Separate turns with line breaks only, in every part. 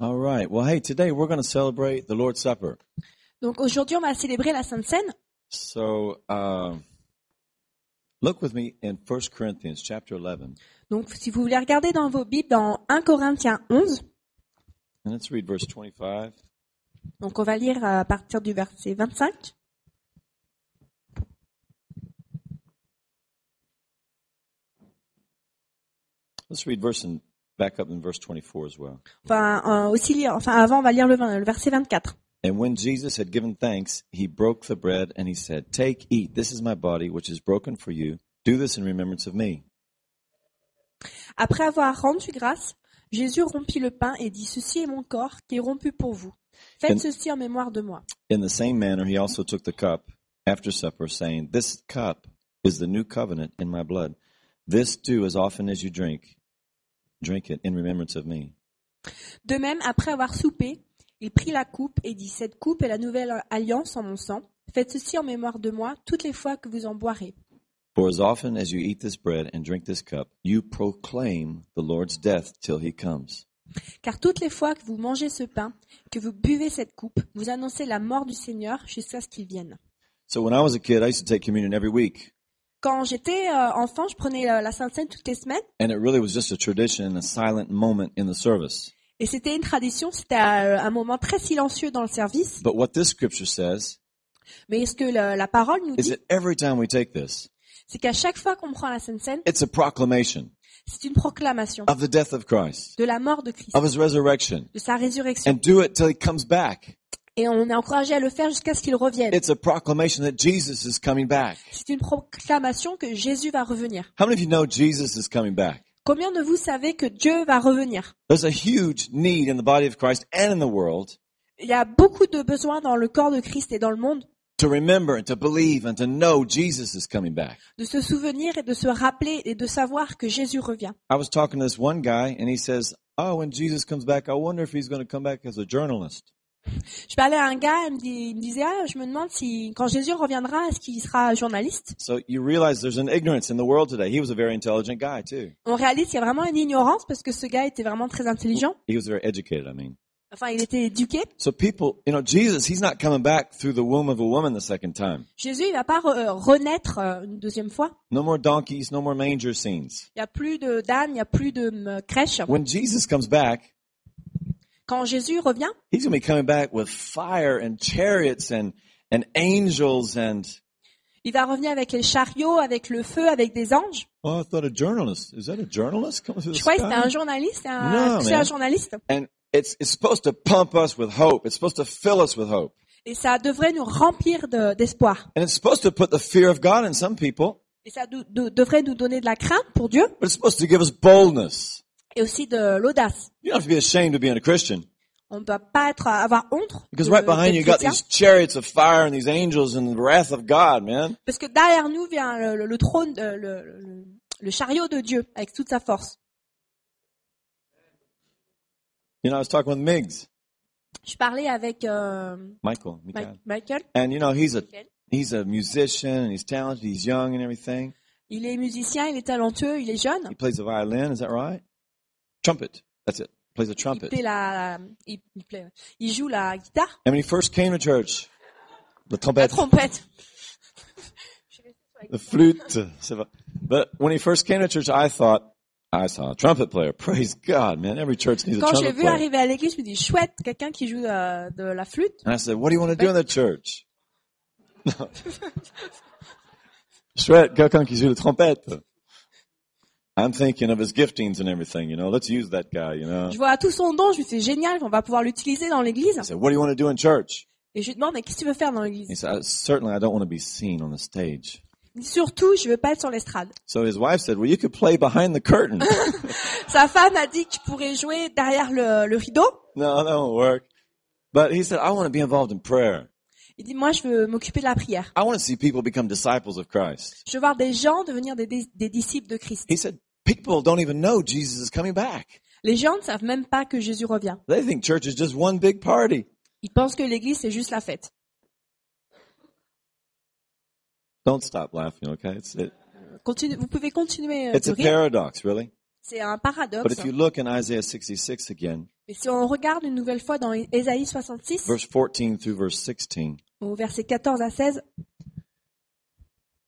All right. Well, hey, today we're going to celebrate the Lord's Supper.
Donc aujourd'hui, on va célébrer la Sainte Seine.
So um, look with me in 1 Corinthians chapter 11,
Donc si vous voulez regarder dans vos Bibles, dans 1 Corinthiens 11,
and let's read verse 25.
donc on va lire euh, à partir du verset 25.
Let's read verse and back up in verse 24 as well.
Enfin, euh, aussi lire, enfin avant, on va lire le, vingt- le verset 24.
And when Jesus had given thanks, he broke the bread and he said, Take, eat. This is my body, which is broken for you. Do this in remembrance of me.
Après avoir rendu grâce, Jésus rompit le pain et dit, Ceci est mon corps qui est rompu pour vous.
And-
Faites ceci en mémoire de moi.
In the same manner, he also took the cup after supper, saying, This cup is the new covenant in my blood. This do as often as you drink, drink it in remembrance of me.
De même, après avoir soupé, il prit la coupe et dit, Cette coupe est la nouvelle alliance en mon sang. Faites ceci en mémoire de moi toutes les fois que vous en boirez.
For as often as you eat this bread and drink this cup, you proclaim the Lord's death till he comes.
Car toutes les fois que vous mangez ce pain, que vous buvez cette coupe, vous annoncez la mort du Seigneur jusqu'à ce qu'il vienne.
So when I was a kid, I used to take communion every week,
Quand j'étais euh, enfant, je prenais la, la Sainte Seine toutes les semaines,
and it really was just a tradition and a silent moment in the service.
et c'était une tradition, c'était euh, un moment très silencieux dans le service.
But what this scripture says
Mais ce que la, la parole nous
is
dit,
that every time we take this,
c'est qu'à chaque fois qu'on prend la Sainte Seine,
it's a proclamation
c'est une proclamation
of the death of Christ,
de la mort de Christ,
of his resurrection,
de sa résurrection,
and do it till he comes back.
et on est encouragé à le faire jusqu'à ce qu'il revienne.
It's a proclamation that Jesus is coming back.
C'est une proclamation que Jésus va revenir.
How many of you know Jesus is coming back?
Combien de vous savez que Dieu va revenir
There's a huge need in the body of Christ and in the world
Il y a beaucoup de besoins dans le corps de Christ et dans le monde
to remember and to believe and to know Jesus is coming back.
de se souvenir et de se rappeler et de savoir que Jésus revient.
I was talking to this one guy and he says, Oh, when Jesus comes back, I wonder if he's going to come back as a journalist.
Je parlais à un gars, il me, dit- il me disait, ah, je me demande si quand Jésus reviendra, est-ce qu'il sera journaliste
So you realize there's an ignorance in the world today. He was a very intelligent guy, too.
On réalise qu'il y a vraiment une ignorance parce que ce gars était vraiment très intelligent.
He was very educated, I mean.
Enfin, il était éduqué.
So people, you know, Jesus, he's not coming back through the womb of a woman the second time.
Jésus, il va pas re- euh, renaître euh, une deuxième fois.
No more donkeys, no more manger scenes.
Il y a plus de d'âne, il y a plus de euh, crèche.
When Jesus comes back,
Quand Jésus revient,
He's going to be coming back with fire and chariots and, and angels and.
il va revenir avec les chariots, avec le feu, avec des anges.
Oh, I thought a journalist. Is that a journalist coming through the
Je croyais que c'était
sky?
un journaliste,
Non,
un, c'est
mais-
un journaliste.
And it's, it's supposed to pump us with hope. It's supposed to fill us with hope.
Et ça devrait nous remplir de- d'espoir.
And it's supposed to put the fear of God in some people,
Et ça nous- de- devrait nous donner de la crainte pour Dieu
but it's supposed to give us boldness.
et aussi de l'audace.
You don't have to be ashamed of being a Christian.
On ne doit pas être, avoir honte de-
Because right behind
d'être
you, you got
chrétien,
these chariots of fire and these angels and the wrath of God, man.
parce que derrière nous vient le, le- le trône, euh, le, le- le chariot de Dieu avec toute sa force.
You know, I was talking with Miggs,
Je parlais avec euh, Mi-
Michael, Mikael.
Michael.
and you know, he's a, he's a musician and he's talented, he's young and everything.
Il est musicien, il est talentueux, il est jeune.
He plays the violin, is that right? Trumpet. That's it. Plays a
Il,
trumpet.
plaît la, il, il plaît- il joue la guitare,
And when he first came to church, the
la
trumpet,
trompette.
the flute, c'est vrai. but when he first came to church, I thought, I saw a trumpet player. Praise God, man. Every church needs a
Quand j'ai
trumpet
vu
player.
arriver à l'église, je me dis chouette, quelqu'un qui joue euh, de la flûte.
And I said, what do you want to do in the church? No. Chouette, quelqu'un qui joue la trompette. I'm thinking of his giftings and everything, you know. Let's use that guy, you know.
Je vois tout son don, je me dis c'est génial, on va pouvoir l'utiliser dans l'église.
I said, what do you want to do in church?
Et je lui demande, mais qu'est-ce que tu veux faire dans l'église
He said, "I- certainly I don't want to be seen on the stage.
Surtout, je veux pas être sur l'estrade.
So his wife said, well, you could play behind the curtain.
Sa femme a dit que je pourrais jouer derrière le, le rideau.
No, that won't work. But he said, I want to be involved in prayer.
Il dit, moi, je veux m'occuper de la prière.
I want to see people become disciples of Christ.
Je veux voir des gens devenir des, des- des disciples de Christ.
He said, people don't even know Jesus is coming back.
Les gens ne savent même pas que Jésus revient.
They think church is just one big party.
Ils pensent que l'église, c'est juste la fête.
Don't stop laughing, okay? It's, it,
Continue, vous pouvez continuer euh,
it's
de
a
rire.
paradox, really.
C'est un
But
paradoxe. hein.
if you look in Isaiah 66 again,
Mais si on regarde une nouvelle fois dans Ésaïe 66,
verse 14 through verse 16,
au verset 14 à 16,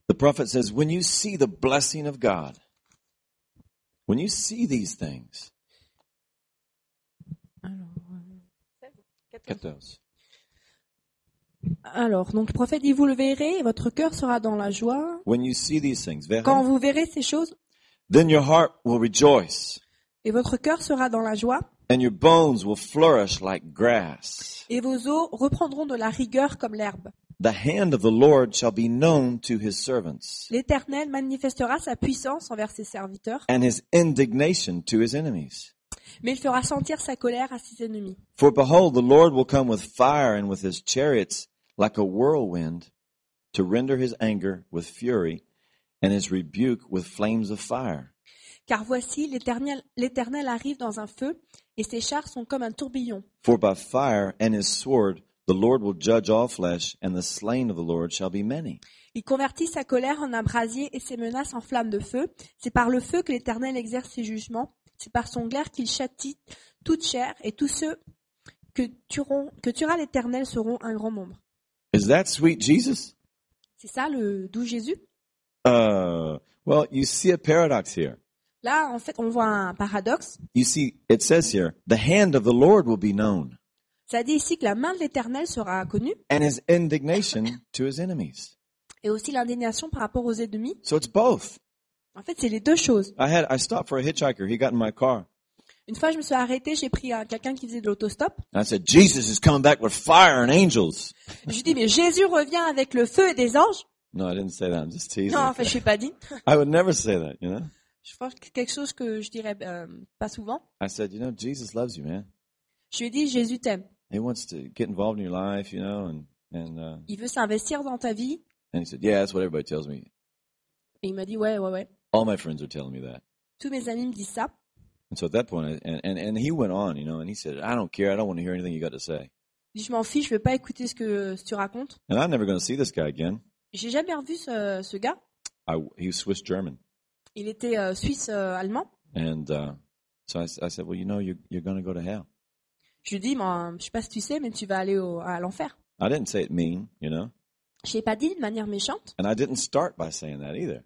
the prophet says, When you see the blessing of God, when you see these things, euh, get those.
alors, donc le prophète dit, vous le verrez, et votre cœur sera dans la joie.
When you see these things,
Quand
verrez,
vous verrez ces choses,
then your heart will rejoice
et votre cœur sera dans la joie,
and your bones will flourish like grass.
et vos os reprendront de la rigueur comme l'herbe.
The hand of the Lord shall be known to his servants
L'Éternel manifestera sa puissance envers ses serviteurs,
and his indignation to his enemies.
mais il fera sentir sa colère à ses ennemis.
For behold, the Lord will come with fire and with his chariots like a whirlwind to render his anger with fury and his rebuke with flames of fire.
Car voici, l'Éternel l'Éternel arrive dans un feu, et ses chars sont comme un tourbillon.
For by fire and his sword the Lord will judge all flesh, and the slain of the Lord shall be many.
Il convertit sa colère en un brasier et ses menaces en flammes de feu. C'est par le feu que l'Éternel exerce ses jugements. C'est par son glaire qu'il châtie toute chair, et tous ceux que, tueront- que tuera l'Éternel seront un grand nombre.
Is that sweet Jesus?
C'est ça le doux Jésus
Uh, well, you see a paradox here.
Là, en fait, on voit un paradoxe.
You see, it says here, the hand of the Lord will be known,
Ça dit ici que la main de l'Éternel sera connue,
and his indignation to his enemies.
et aussi l'indignation par rapport aux ennemis.
So it's both.
En fait, c'est les deux choses.
I had I stopped for a hitchhiker. He got in my car.
Une fois, je me suis arrêtée, j'ai pris un- quelqu'un qui faisait de l'autostop.
And I said, Jesus is coming back with fire and angels.
Je lui dis, mais Jésus revient avec le feu et des anges.
No, I didn't say that. I'm just teasing.
Non, en fait, je ne l'ai pas dit.
I would never say that, you know?
Je pense que quelque chose que je dirais euh, pas souvent.
I said, you know, Jesus loves you, man.
Je lui ai dit, Jésus t'aime.
He wants to get involved in your life, you know, and, and, uh,
Il veut s'investir dans ta vie.
and he said, yeah, that's what everybody tells me.
Et il m'a dit, ouais, ouais, ouais.
All my friends are telling me that.
Tous mes amis me disent ça.
And so at that point, I, and, and, and he went on, you know, and he said, I don't care. I don't want to hear anything you got to say.
Je dis, je m'en fiche, je vais pas écouter ce que tu racontes.
And I'm never going to see this guy again.
J'ai jamais revu ce, ce gars.
I, he was Swiss German.
Il était euh, suisse-allemand.
And, uh, so I, s- I said, well, you know, you're, you're going to go to hell.
je lui dis, ben, je sais pas si tu sais, mais tu vas aller au- à l'enfer.
I didn't say it mean, you know,
Je l'ai pas dit de manière méchante.
and I didn't start by saying that either,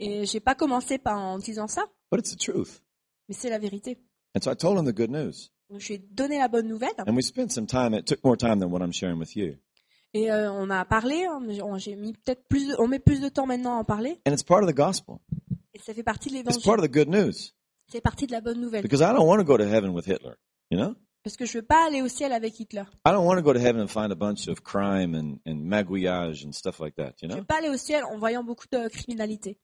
Et j'ai pas commencé par en disant ça.
but it's the truth.
Mais c'est la vérité.
And so I told him the good news.
Donc, je lui ai donné la bonne nouvelle.
And we spent some time. It took more time than what I'm sharing with you.
Et euh, on a parlé. hein, mais on, j'ai mis peut-être plus, de- on met plus de temps maintenant à en parler.
And it's part of the gospel.
Et ça fait partie de
It's
l'évangile.
part of the good news.
C'est partie de la bonne nouvelle.
Because I don't want to go to heaven with Hitler. You know?
Parce que je veux pas aller au ciel avec Hitler.
I don't want to go to heaven and find a bunch of crime and, and magouillage and stuff like that, you
Je veux
know?
pas aller au ciel en voyant beaucoup de criminalité.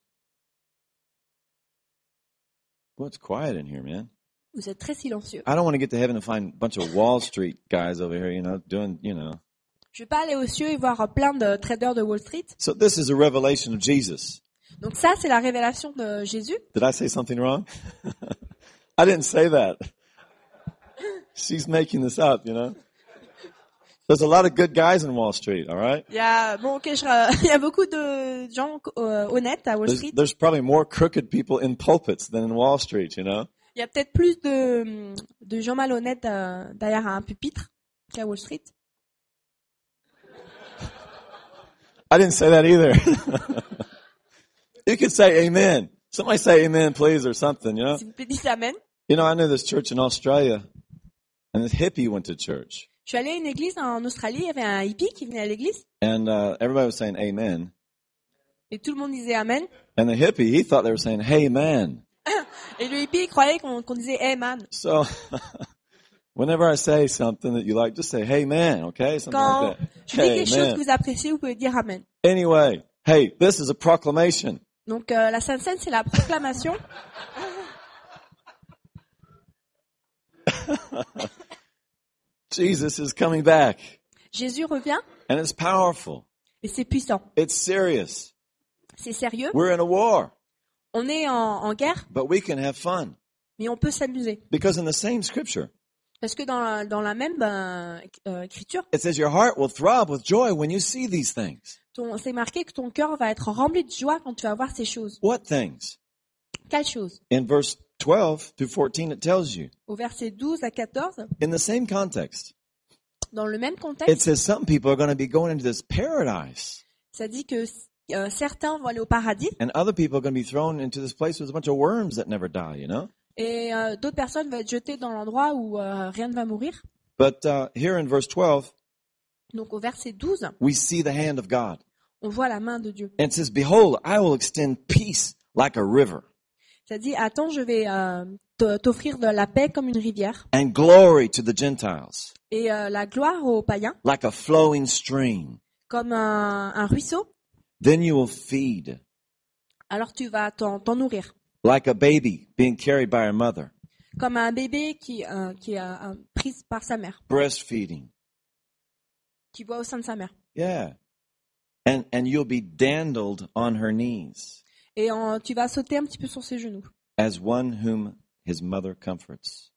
Well, it's quiet in here, man.
Vous êtes très silencieux.
I don't want to get to heaven and find a bunch of Wall Street guys over here, you know, doing, you know.
Je veux pas aller au ciel et voir euh, plein de traders de Wall Street.
So this is a revelation of Jesus.
Donc ça, c'est la révélation de Jésus.
Did I say something wrong? I didn't say that. She's making this up, you know? There's a lot of good guys in Wall Street, all right?
Il y a, bon, ok, je- il y a beaucoup de gens euh, honnêtes à Wall
There's,
Street.
there's probably more crooked people in pulpits than in Wall Street, you know?
Il y a peut-être plus de, de gens malhonnêtes euh, derrière un pupitre qu'à Wall Street.
I didn't say that either. you could say amen. Somebody say amen, please, or something, you know?
Si vous plaît, dites amen.
You know, I knew this church in Australia, and this hippie went to church.
Je suis allée à une église en Australie, il y avait un hippie qui venait à l'église
And uh, everybody was saying amen.
et tout le monde disait amen.
And the hippie, he thought they were saying, hey, man.
Et le hippie il croyait qu'on qu'on disait hey man.
So whenever I say something that you like, just say, hey, man, okay? Something
Quand
like that.
je dis
Hey,
quelque chose
man.
que vous appréciez, vous pouvez dire amen.
Anyway, hey, this is a proclamation.
Donc euh, la Sainte Seine, c'est la proclamation.
Jesus is coming back.
Jésus revient
And it's powerful.
et c'est puissant.
It's serious.
C'est sérieux.
We're in a war,
On est en, en guerre,
but we can have fun.
mais on peut s'amuser.
Because in the same scripture,
Parce que dans la, dans la même ben, euh, écriture,
it says your heart will throb with joy when you see these things.
ton- c'est marqué que ton cœur va être rempli de joie quand tu vas voir ces choses.
What things?
Quelle chose
In verse 12 through 14, it tells you
Au verset 12 à 14,
in the same context.
dans le même
It
contexte,
says some people are going to be going into this paradise,
ça dit que euh, certains vont aller au paradis
and other people are going to be thrown into this place with a bunch of worms that never die, you know?
et euh, d'autres personnes vont être jetées dans l'endroit où euh, rien ne va mourir.
But uh, here in verse 12,
Donc au verset 12,
we see the hand of God.
on voit la main de Dieu.
And it says, Behold, I will extend peace like a river
Ça dit, attends, je vais euh, te- t'offrir de la paix comme une rivière
and glory to the Gentiles,
et euh, la gloire aux païens
like a flowing stream.
comme un, un ruisseau.
Then you will feed
Alors tu vas t'en t'en nourrir
like a baby being carried by her mother,
comme un bébé qui, euh, qui est euh, prise par sa mère,
breastfeeding.
qui boit au sein de sa mère.
Yeah. And, and you'll be dandled on her knees
Et en- tu vas sauter un petit peu sur ses genoux.
as one whom his mother comforts.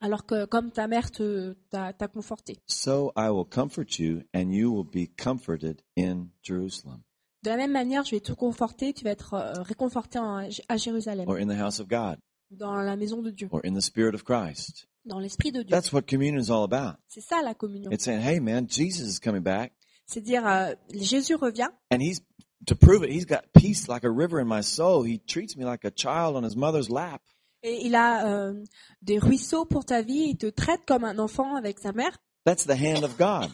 Alors que comme ta mère te t'a t'a conforté.
So I will comfort you, and you will be comforted in Jerusalem
De la même manière, je vais te conforter, tu vas être euh, réconforté en- à Jérusalem,
or in the house of God
dans la maison de Dieu,
or in the Spirit of Christ.
dans l'esprit de Dieu.
That's what communion is all about.
C'est ça la communion.
It's saying, hey, man, Jesus is coming back,
C'est dire euh, Jésus revient
and he's to prove it, he's got peace like a river in my soul. He treats me like a child on his mother's lap.
et il a euh, des ruisseaux pour ta vie, il te traite comme un enfant avec sa mère.
That's the hand of God.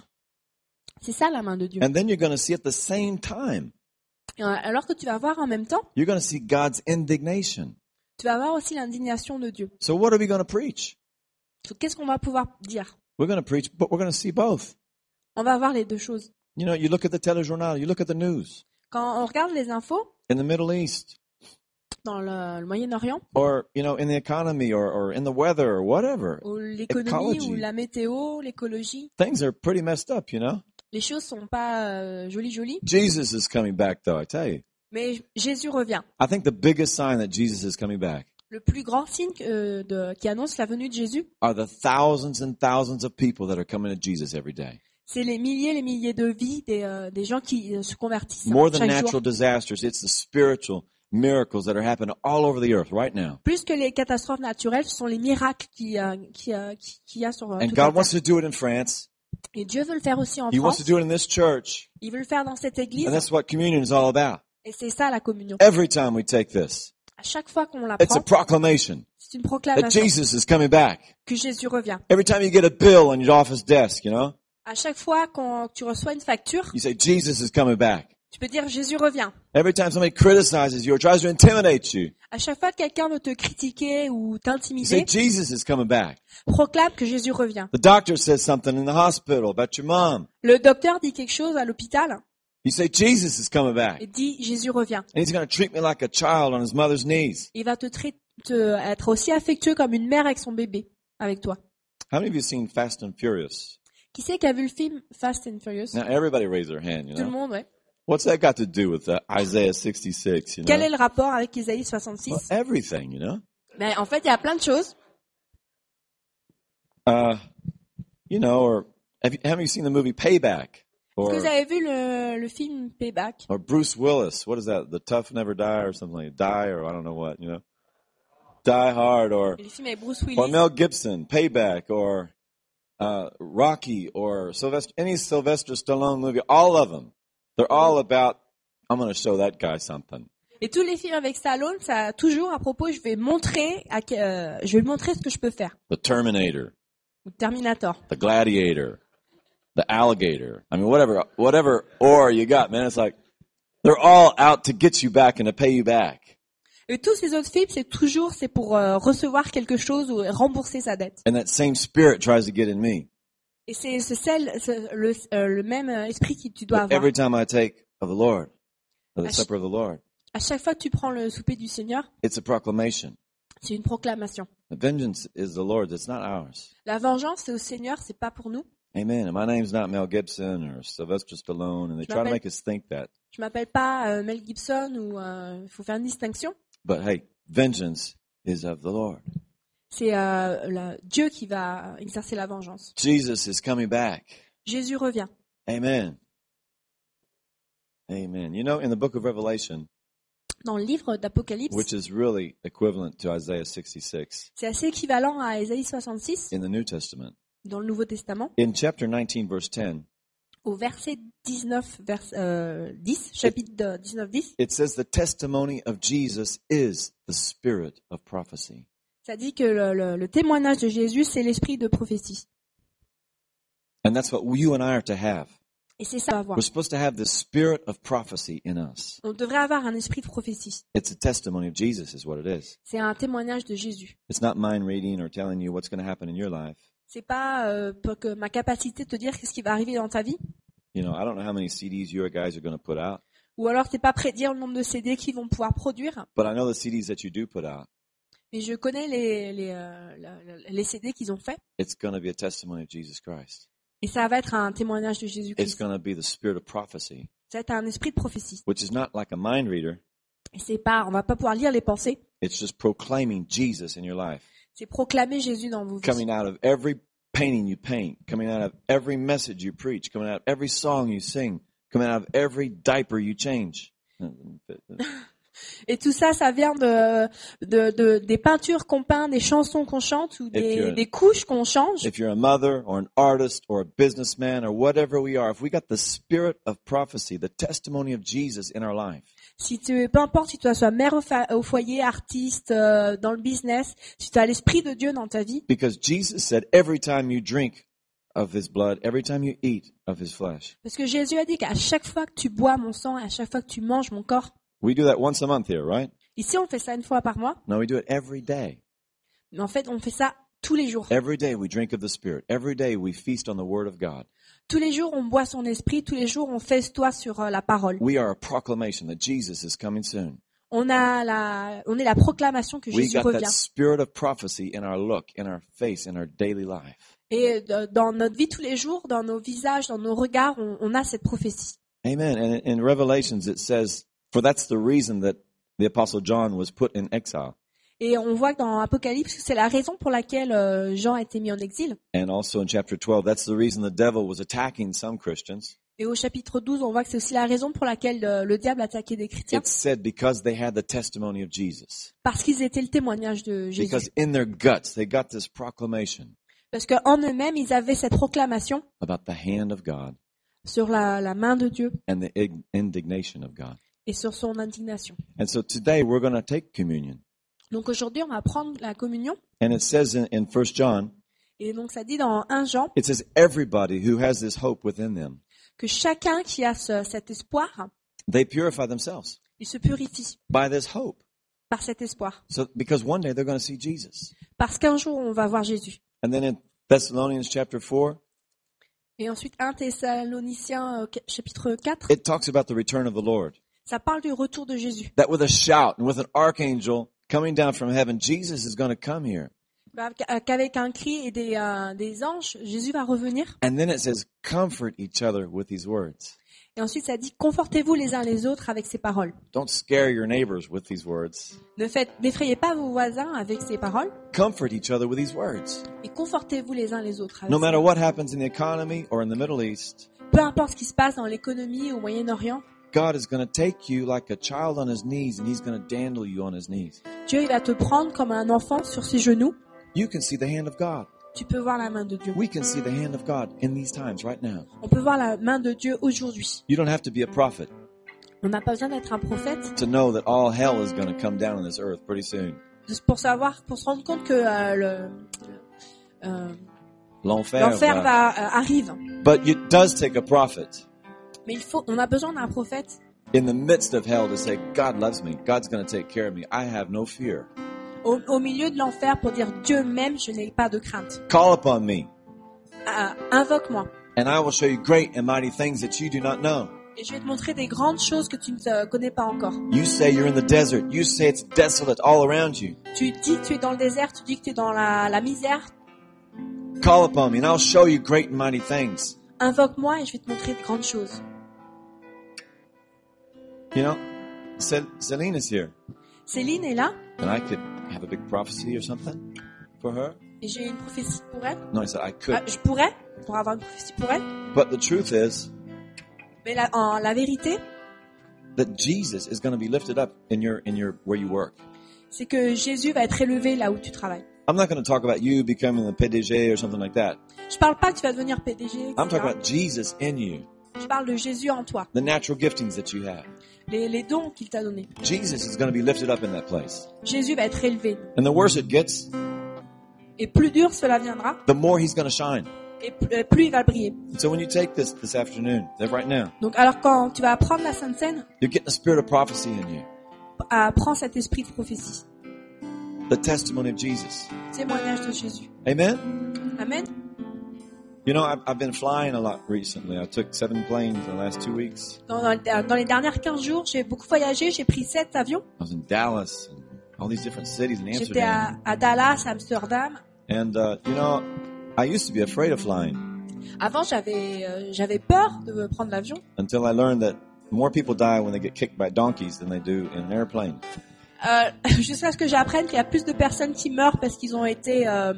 C'est ça la main de Dieu.
And then you're going to see at the same time,
Euh, Alors que tu vas voir en même temps,
you're going to see God's indignation.
tu vas voir aussi l'indignation de Dieu.
So, what are we going to preach?
Donc, Qu'est-ce qu'on va pouvoir dire
We're going to preach, but we're going to see both.
On va voir les deux choses.
You know, you look at the telejournal, you look at the news
Quand on regarde les infos
in the Middle East,
dans le, le Moyen-Orient,
or, you know, in the economy, or, or in the weather, or whatever.
ou l'économie,
Ecology.
ou la météo, l'écologie,
Things are pretty messed up, you know?
les choses sont pas euh, jolies jolies,
Jesus is coming back, though, I tell you.
mais J- Jésus revient.
I think the biggest sign that Jesus is coming back
Le plus grand signe euh, de- qui annonce la venue de Jésus,
are the thousands and thousands of people that are coming to Jesus every day.
c'est les milliers et les milliers de vies des, euh, des gens qui euh, se convertissent
More than
chaque jour.
natural disasters, it's the spiritual miracles that are happening all over the earth right now.
Plus que les catastrophes naturelles, ce sont les miracles qui euh, qui, euh, qui- qu'il y a sur euh,
And
toute la
God
terre.
wants to do it in France.
Et Dieu veut le faire aussi en
He wants
France.
to do it in this church.
Il veut le faire dans cette église.
And that's what communion is all about.
Et c'est ça la communion.
Every time we take this,
À chaque fois qu'on la
it's a
prend,
proclamation
c'est une
that
proclamation
Jesus is coming back.
que Jésus revient.
Every time you get a bill on your office desk, you know,
À chaque fois qu'on que tu reçois une facture,
you say, Jesus is coming back.
tu peux dire Jésus revient.
Every time somebody criticizes you or tries to intimidate you,
À chaque fois que quelqu'un veut te critiquer ou
you say,
t'intimider,
Jesus is coming back.
proclame que Jésus revient.
The doctor says something in the hospital about your mom.
Le docteur dit quelque chose à l'hôpital
You say, Jesus is coming back.
et
And
dit Jésus revient.
he's going to treat me like a child on his mother's knees.
Il va te, trai- te- être aussi affectueux comme une mère avec son bébé, avec toi.
How many of you have seen Fast and Furious?
Qui c'est qui a vu le film Fast and Furious
Now, everybody raise their hand, you
Tout le
know.
monde, ouais.
What's that got to do with uh, Isaiah 66, you
Quel
know?
est le rapport avec Isaïe
Well,
66
everything, you know.
Mais En fait, il y a plein de choses.
Uh, you know, or have you, have you seen the movie Payback?
Est-ce que vous
Or,
avez vu le, le film Payback
or Bruce Willis? What is that? The Tough Never Die or something like Die or I don't know what, you know. Die Hard or
Le film avec Bruce Willis.
or Mel Gibson, Payback, or uh, Rocky, or Sylvester, any Sylvester Stallone movie, all of them, they're all about. I'm going to show that guy something.
Et tous les films avec Stallone, ça a toujours à propos, je vais montrer, à, que- euh, je vais montrer ce que je peux faire.
The Terminator,
Ou Terminator.
the Gladiator, the Alligator. I mean, whatever, whatever or you got, man. It's like they're all out to get you back and to pay you back,
Et tous ces autres films, c'est toujours c'est pour euh, recevoir quelque chose ou rembourser sa dette.
and that same spirit tries to get in me.
Et c'est c'est celle- c'est le, euh, le même euh, esprit que tu dois
But
avoir.
every time I take of the Lord, of the
Actu-
supper of the Lord,
À chaque fois que tu prends le souper du Seigneur,
it's a proclamation.
c'est une proclamation.
The vengeance is the Lord's; it's not ours.
La vengeance, c'est au Seigneur, c'est pas pour nous.
Amen. And my name's not Mel Gibson or Sylvester Stallone, and they
Je
try to
m'appelle-
make us think that.
Je m'appelle pas euh, Mel Gibson ou euh, il faut faire une distinction.
But hey, vengeance is of the Lord.
C'est euh, la- Dieu qui va exercer la vengeance.
Jesus is coming back.
Jésus revient.
Amen. Amen. You know, in the book of Revelation,
dans le livre d'Apocalypse.
which is really equivalent to Isaiah 66
C'est assez équivalent à Ésaïe 66
in the New Testament.
dans le Nouveau Testament.
In chapter 19, verse 10,
Au verset 19, vers, euh, 10, chapitre 19-10,
it says, The testimony of Jesus is the spirit of prophecy.
ça dit que le, le- le témoignage de Jésus, c'est l'esprit de prophétie.
And that's what you and I are to have.
Et c'est ça à avoir.
We're supposed to have the spirit of prophecy in us.
On devrait avoir un esprit de prophétie.
It's a testimony of Jesus, is what it is.
C'est un témoignage de Jésus.
It's not mind reading or telling you what's going to happen in your life.
C'est pas euh, pour que ma capacité de te dire ce qui va arriver dans ta vie.
You know, I don't know how many CDs your guys are going to put out,
Ou alors c'est pas prédire le nombre de CD qu'ils vont pouvoir produire.
but I know the CDs that you do put out,
Mais je connais les, les, euh, la- la- les CD qu'ils ont fait.
it's going to be a testimony of Jesus Christ.
Et ça va être un témoignage de Jésus-Christ.
It's going to be the spirit of prophecy,
Ça va être un esprit de prophétie.
which is not like a mind reader.
Et c'est pas, on va pas pouvoir lire les pensées.
It's just proclaiming Jesus in your life.
C'est proclamer Jésus dans vos vies.
Coming out of every painting you paint, coming out of every message you preach, coming out of every song you sing, coming out of every diaper you change.
Et tout ça, ça vient de, de, de- des peintures qu'on peint, des chansons qu'on chante ou
puis,
des,
euh,
des couches qu'on change.
If you're a mother or an artist or a businessman or whatever we are, if we got the spirit of prophecy, the testimony of Jesus in our life,
Si tu, peu importe si tu sois mère au, fa- au foyer, artiste, euh, dans le business, si tu as l'esprit de Dieu dans ta vie,
because Jesus said, every time you drink of his blood, every time you eat of his flesh.
parce que Jésus a dit qu'à chaque fois que tu bois mon sang, à chaque fois que tu manges mon corps,
We do that once a month here, right?
ici on fait ça une fois par mois,
No, we do it every day.
mais en fait on fait ça tous les jours.
Every day we drink of the Spirit. Every day we feast on the Word of God.
Tous les jours on boit son esprit, tous les jours on festoie sur euh, la parole.
We are a proclamation that Jesus is coming soon.
On a la, on est la proclamation que
We
Jésus
got that
revient.
spirit of prophecy in our look, in our face, in our daily life.
Et de- dans notre vie tous les jours, dans nos visages, dans nos regards, on, on a cette prophétie.
Amen. And in Revelations it says, for that's the reason that the Apostle John was put in exile.
Et on voit que dans Apocalypse, c'est la raison pour laquelle euh, Jean a été mis en exil.
And also in chapter 12, that's the reason the devil was attacking some Christians.
Et au chapitre 12, on voit que c'est aussi la raison pour laquelle euh, le diable attaquait des chrétiens,
It said because they had the testimony of Jesus.
parce qu'ils étaient le témoignage de Jésus.
Because in their guts, they got this proclamation
Parce qu'en eux-mêmes, ils avaient cette proclamation
about the hand of God
sur la, la main de Dieu
and the ig- indignation of God.
et sur son indignation.
And so today we're going to take communion.
Donc aujourd'hui, on va prendre la communion.
And it says in, in 1 John,
Et donc ça dit dans 1 Jean
it says, everybody who has this hope within them,
que chacun qui a ce- cet espoir,
they purify themselves
il se purifie
by this hope.
par cet espoir.
So, because one day they're going to see Jesus.
Parce qu'un jour, on va voir Jésus.
And then in Thessalonians chapter 4,
Et ensuite, 1 Thessaloniciens euh, qu- chapitre 4,
it talks about the return of the Lord.
ça parle du retour de Jésus.
That with a shout and with an archangel coming down from heaven, Jesus is going to come here.
Bah, qu'a- Qu'avec un cri et des, euh, des anges, Jésus va revenir.
And then it says, comfort each other with these words.
Et ensuite, ça dit, confortez-vous les uns les autres avec ces paroles.
Don't scare your neighbors with these words.
Ne faites, n'effrayez pas vos voisins avec ces paroles,
Comfort each other with these words.
et confortez-vous les uns les autres. avec
No
ces
matter
paroles.
what happens in the economy or in the Middle East,
Peu importe ce qui se passe dans l'économie au Moyen-Orient,
God is going to take you like a child on his knees and he's going to dandle you on his knees.
Dieu, il va te prendre comme un enfant sur ses genoux.
You can see the hand of God.
Tu peux voir la main de Dieu.
We can see the hand of God in these times right now.
On peut voir la main de Dieu aujourd'hui.
You don't have to be a prophet
On n'a pas besoin d'être un prophète
to know that all hell is going to come down on this earth pretty soon.
pour savoir, pour se rendre compte que euh, le, euh,
L'enfer.
l'enfer
va-
va euh, arrive.
But it does take a prophet
Mais il faut, on a besoin d'un prophète
in the midst of hell to say, God loves me. God's going to take care of me. I have no fear.
au, au milieu de l'enfer pour dire Dieu m'aime, je n'ai pas de crainte.
Call upon me
Ah, Invoque-moi
and I will show you great and mighty things that you do not know.
et je vais te montrer des grandes choses que tu ne euh, connais pas encore.
You say you're in the desert. You say it's desolate all around you.
Tu dis que tu es dans le désert, tu dis que tu es dans la, la misère.
Call upon me and I'll show you great and mighty things.
Invoque-moi et je vais te montrer de grandes choses.
You know, Cel- Celine is here.
Céline est là
and I could have a big prophecy or something for her.
et j'ai une prophétie pour elle.
No, I said I could.
Ah, je pourrais, pour avoir une prophétie pour elle.
But the truth is,
Mais la, en- la vérité,
that Jesus is going to be lifted up in your in your where you work.
c'est que Jésus va être élevé là où tu travailles.
I'm not going to talk about you becoming the PDG or something like that.
Je parle pas que tu vas devenir PDG,
I'm talking
etc.
about Jesus in you,
Je parle de Jésus en toi,
the natural giftings that you have.
les, les dons qu'il t'a donnés.
Jesus is going to be lifted up in that place.
Jésus va être élevé.
And the worse it gets,
Et plus dur cela viendra,
the more he's going to shine.
et plus, euh, plus il va briller.
And so when you take this this afternoon, that right now,
Donc alors quand tu vas apprendre la Sainte Seine,
you're getting the spirit of prophecy in you,
apprends cet esprit de prophétie,
the testimony of Jesus.
témoignage de Jésus.
Amen.
Amen.
You know, I've, I've been flying a lot recently. I took seven planes in the last two weeks.
Dans, dans- dans les dernières 15 jours, j'ai beaucoup voyagé, j'ai pris 7 avions.
I was in Dallas and all these different cities in
J'étais
Amsterdam.
à, à Dallas, à Amsterdam.
And uh, you know, I used to be afraid of flying
Avant, j'avais euh, j'avais peur de prendre l'avion.
until I learned that more people die when they get kicked by donkeys than they do in an airplane.
Euh, jusqu'à ce que j'apprenne qu'il y a plus de personnes qui meurent parce qu'ils ont été euh,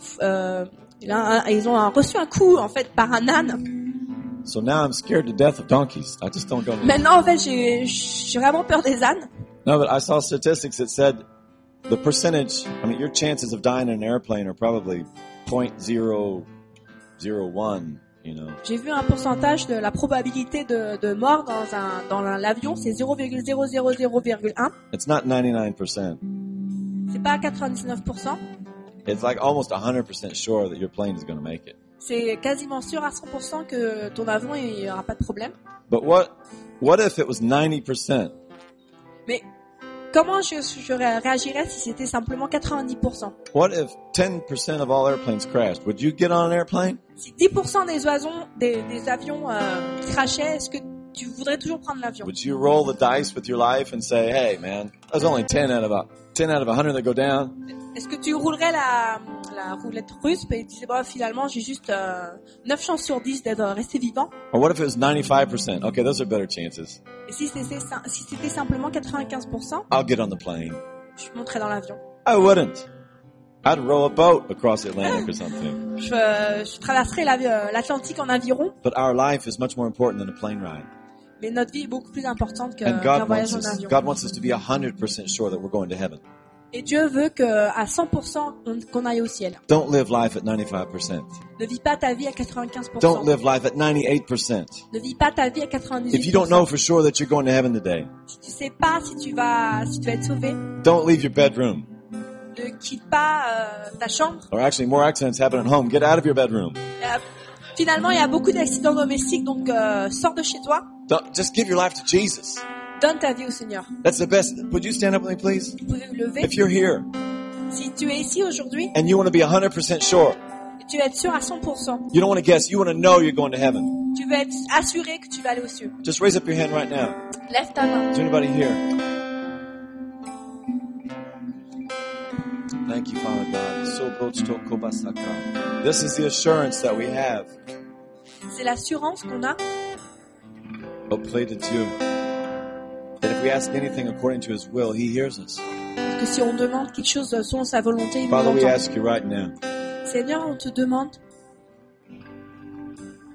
f- euh, il a un- ils ont un- reçu un coup en fait par un âne.
So now I'm scared to death of donkeys. I just don't go.
Maintenant en fait j'ai j'ai vraiment peur des ânes.
No, but I saw statistics that said the percentage. I mean, your chances of dying in an airplane are probably point zero zero one. You know,
J'ai vu un pourcentage de la probabilité de, de mort dans un dans un- l'avion, c'est 0,0001.
it's not ninety nine percent.
C'est pas 99%,
It's like almost hundred percent sure that your plane is going to make it.
c'est quasiment sûr à 100% que ton avion il y aura pas de problème.
But what what if it was ninety percent?
Mais comment je, je ré- réagirais si c'était simplement 90%
What if 10% of all airplanes crashed? Would you get on an airplane?
Si 10% des oiseaux, des, des avions euh, crachaient, est-ce que tu voudrais toujours prendre l'avion
Would you roll the dice with your life and say, "Hey, man, there's only 10 out of a 10 out of 100 that go down"?
Est-ce que tu roulerais la, la roulette russe et tu disais, bah, finalement, j'ai juste euh, 9 chances sur 10 d'être resté vivant
Or what if it was 95%? Okay, those are better chances.
Et si c'était sim- si c'était simplement 95%,
I'll get on the plane.
je monterais dans l'avion.
I wouldn't. I'd row a boat across the Atlantic or something.
Je, euh, je traverserais l'avi- euh, l'Atlantique en aviron,
But our life is much more important than a plane ride.
mais notre vie est beaucoup plus importante que-
And
qu'un
God
voyage
wants
en
us
avion.
God wants us to be 100% sure that we're going to heaven.
Et Dieu veut que à 100% on- qu'on aille au ciel.
Don't live life at 95%.
Ne vis pas ta vie à
Don't
95%.
live life at 98%.
Ne vis pas ta vie à 98%.
If you don't know for sure that you're going to heaven today,
Si tu sais pas si tu vas, si tu vas être sauvé,
Don't leave your bedroom.
ne quitte pas euh, ta chambre.
Or actually, more accidents happen at home. Get out of your bedroom.
Euh, finalement, il y a beaucoup d'accidents domestiques, donc euh, sors de chez toi,
Don't, just give your life to Jesus.
donne ta vie au Seigneur.
That's the best. Would you stand up with me, please?
Vous pouvez vous lever.
If you're here
Si tu es ici aujourd'hui,
and you want to be 100% sure,
tu veux être sûr à 100%.
you don't want to guess, you want to know you're going to heaven,
Tu veux être assuré que tu vas aller au ciel.
just raise up your hand right now.
Lève ta main.
Is there anybody here? Thank you, Father God. So brochto kobasaka. This is the assurance that we have.
C'est l'assurance qu'on a
Oh, play to you. That if we ask anything according to His will, He hears us.
que si on demande quelque chose euh, selon sa volonté, il nous
Father, we
entend.
ask you right now.
Seigneur, on te demande.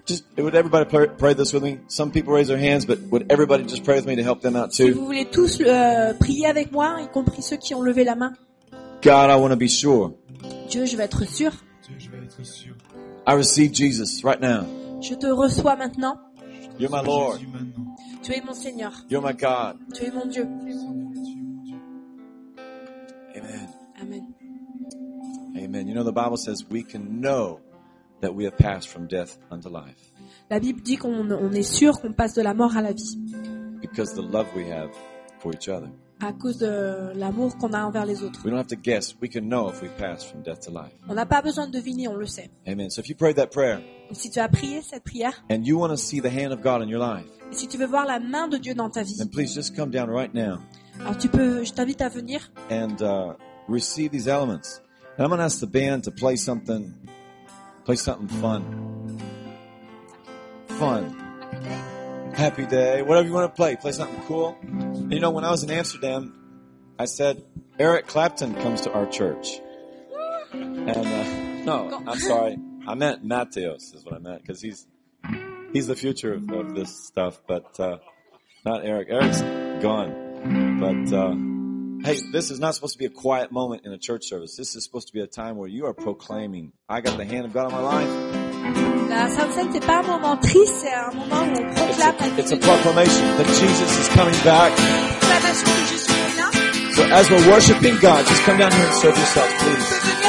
Just would everybody pray, pray this with me? Some people raise their hands, but would everybody just pray with me to help them out
Si vous
too?
voulez tous euh, prier avec moi, y compris ceux qui ont levé la main.
God, I want to be sure.
Dieu, je vais être sûr.
I receive Jesus right now.
Je te reçois maintenant.
You're my Lord.
Tu es mon Seigneur.
You're my God.
Tu es mon Dieu.
Amen.
Amen.
Amen. You know the Bible says we can know that we have passed from death unto life
La Bible dit qu'on on est sûr qu'on passe de la mort à la vie
because the love we have for each other.
à cause de l'amour qu'on a envers les autres.
We don't have to guess. We can know if we passed from death to life.
On n'a pas besoin de deviner, on le sait.
Amen. So if you prayed that prayer
Donc, si tu as prié cette prière,
and you want to see the hand of God in your life,
et si tu veux voir la main de Dieu dans ta vie,
then please just come down right now.
alors tu peux, je t'invite à venir.
and uh, receive these elements. And I'm going to ask the band to play something, play something fun, fun, happy day, whatever you want to play. Play something cool. And you know, when I was in Amsterdam, I said Eric Clapton comes to our church, and uh, no, I'm sorry, I meant Mateos is what I meant because he's he's the future of, of this stuff, but. Uh, Not Eric. Eric's gone. But uh, hey, this is not supposed to be a quiet moment in a church service. This is supposed to be a time where you are proclaiming, "I got the hand of God on my life."
La Samson, c'est pas un moment triste, c'est un moment où on
It's
proclame la
a,
vie
it's a
de Dieu.
proclamation that Jesus is coming back.
Proclamation que Jésus est là.
So as we're worshiping God, just come down here and serve yourself, please.